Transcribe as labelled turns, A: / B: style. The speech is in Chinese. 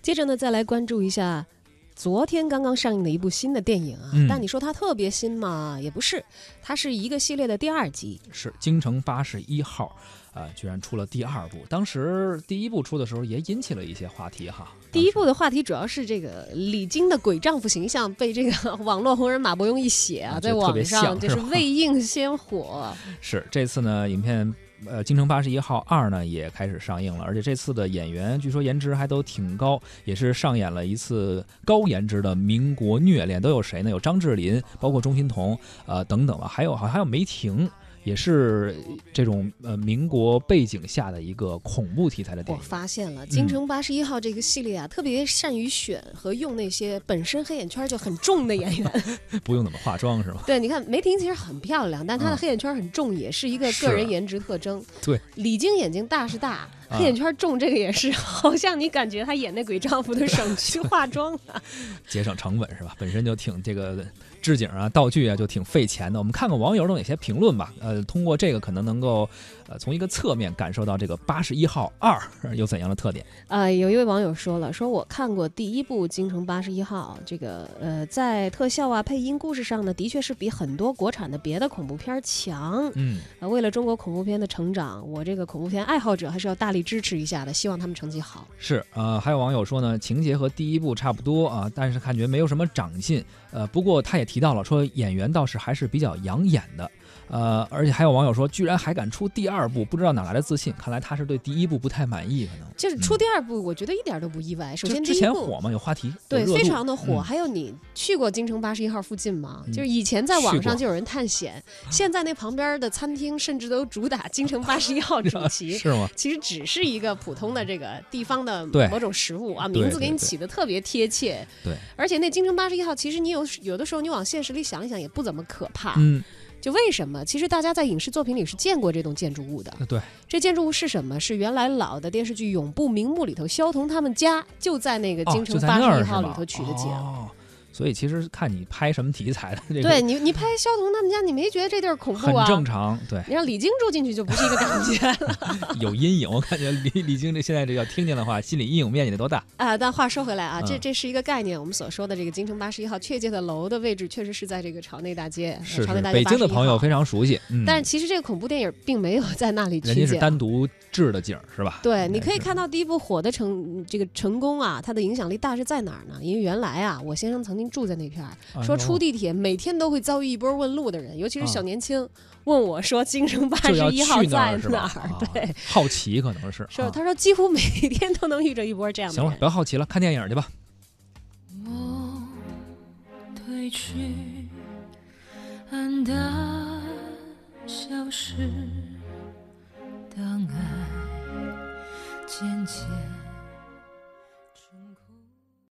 A: 接着呢，再来关注一下昨天刚刚上映的一部新的电影啊，
B: 嗯
A: 但你说它特别新嘛，也不是，它是一个系列的第二集。
B: 是京城八十一号，啊、居然出了第二部。当时第一部出的时候也引起了一些话题哈。
A: 第一
B: 当
A: 部的话题主要是这个李菁的鬼丈夫形象被这个 网络红人马伯庸一写啊，
B: 啊
A: 在
B: 就特别
A: 网上
B: 像
A: 就是是
B: 吧
A: 未映先 火。
B: 时是这次呢，影片呃《京城八十一号二》呢也开始上映了，而且这次的演员据说颜值还都挺高，也是上演了一次高颜值的民国虐恋，都有谁呢？有张智霖，包括钟欣桐，呃等等吧，还有好像还有梅婷。也是这种呃民国背景下的一个恐怖题材的
A: 我
B: 电影，
A: 发现了《
B: 嗯
A: 京城八十一号》这个系列啊，特别善于选和用那些本身黑眼圈就很重的演员。
B: 不用怎么化妆是 吗？
A: 对，你看梅婷其实很漂亮，但她的
B: 嗯
A: 黑眼圈很重，也是一啊个
B: 是
A: 个人颜值特征。
B: 对，
A: 李菁眼睛大是大，
B: 啊
A: 黑眼圈重，这个也是，好像你感觉她演那鬼丈夫都省去化妆了。
B: 节省成本是吧？本身就挺这个置景啊、道具啊就挺费钱的。我们看看网友都有哪些评论吧。呃，通过这个可能能够呃从一个侧面感受到这个八十一号二 有怎样的特点。
A: 呃，有一位网友说了，说我看过第一部《京城八十一号》，这个呃，在特效啊、配音、故事上呢，的确是比很多国产的别的恐怖片儿强。
B: 嗯，
A: 呃，为了中国恐怖片的成长，我这个恐怖片爱好者还是要大力支持一下的，希望他们成绩好。
B: 是呃，还有网友说呢，情节和第一部差不多啊，但是感觉没有什么长进。呃，不过他也提到了，说演员倒是还是比较养眼的。呃，而且还有网友说，居然还敢出第二部，不知道哪来的自信。看来他是对第一部不太满意，可能。
A: 就是出嗯第二部，我觉得一点儿都不意外。首
B: 之
A: 先，第
B: 之
A: 一
B: 前
A: 部
B: 火嘛，有话题，有
A: 对，
B: 热
A: 非
B: 度
A: 常的火。
B: 嗯
A: 还有你去过京城八十一号附近吗？
B: 嗯
A: 就是以前在网
B: 去过
A: 上就有人探 险，现在那旁边的餐厅甚至都主打京城八十一号主题。
B: 是吗？
A: 其实只是一个普通的这个地方的
B: 对
A: 某种食物啊，
B: 对
A: 名字给你
B: 对对
A: 起的特别贴切。
B: 对，
A: 而且那京城八十一号，其实你有有的时候你往现实里想一想，也不怎么可怕。
B: 嗯，
A: 就为什么？其实大家在影视作品里是见过这栋建筑物的。
B: 呃对，
A: 这建筑物是什么？是原来老的电视剧《永不瞑目》里头，萧彤他们家就在那个
B: 哦
A: 京
B: 就
A: 城
B: 在
A: 八
B: 那儿
A: 十一
B: 是
A: 号里
B: 吧
A: 头取的景。
B: 哦所以其实看你拍什么题材的，这个
A: 对你，你拍萧彤他们家，你没觉得这地儿恐
B: 很
A: 怖啊？
B: 正常。对，
A: 你让李菁住进去就不是一个感觉
B: 有阴影，我感觉李李菁这现在这要听见的话，心理阴影面积得多大？
A: 啊！但话说回来啊，这
B: 嗯
A: 这是一个概念。我们所说的这个京城八十一号，确切的楼的位置确实是在这个朝内大街，呃
B: 是
A: 朝内
B: 是，
A: 哎大街
B: 北京的朋
A: 81
B: 友
A: 号
B: 非常熟悉。嗯，
A: 但是其实这个恐怖电影并没有在那里
B: 人
A: 取
B: 家是
A: 景，
B: 单独制的景儿是吧？
A: 对，
B: 应
A: 你
B: 该
A: 可以
B: 是
A: 看到第一部火的成这个成功啊，它的影响力大是在哪儿呢？因为原来啊，我先生曾经住在那片儿，
B: 哎呦
A: 说出地铁每天都会遭遇一波问路的人，尤其是
B: 啊
A: 小年轻，问我说京城八
B: 就
A: 十
B: 要
A: 一号
B: 去那
A: 在
B: 儿是
A: 哪
B: 吧？
A: 儿？
B: 啊
A: 对，，
B: 好奇可能是。
A: 说
B: 啊
A: 他说几乎每天都能遇着一波这样的
B: 行了，
A: 人
B: 不。要好奇了，看电影去吧。
C: 梦褪去，暗淡消失。当爱渐渐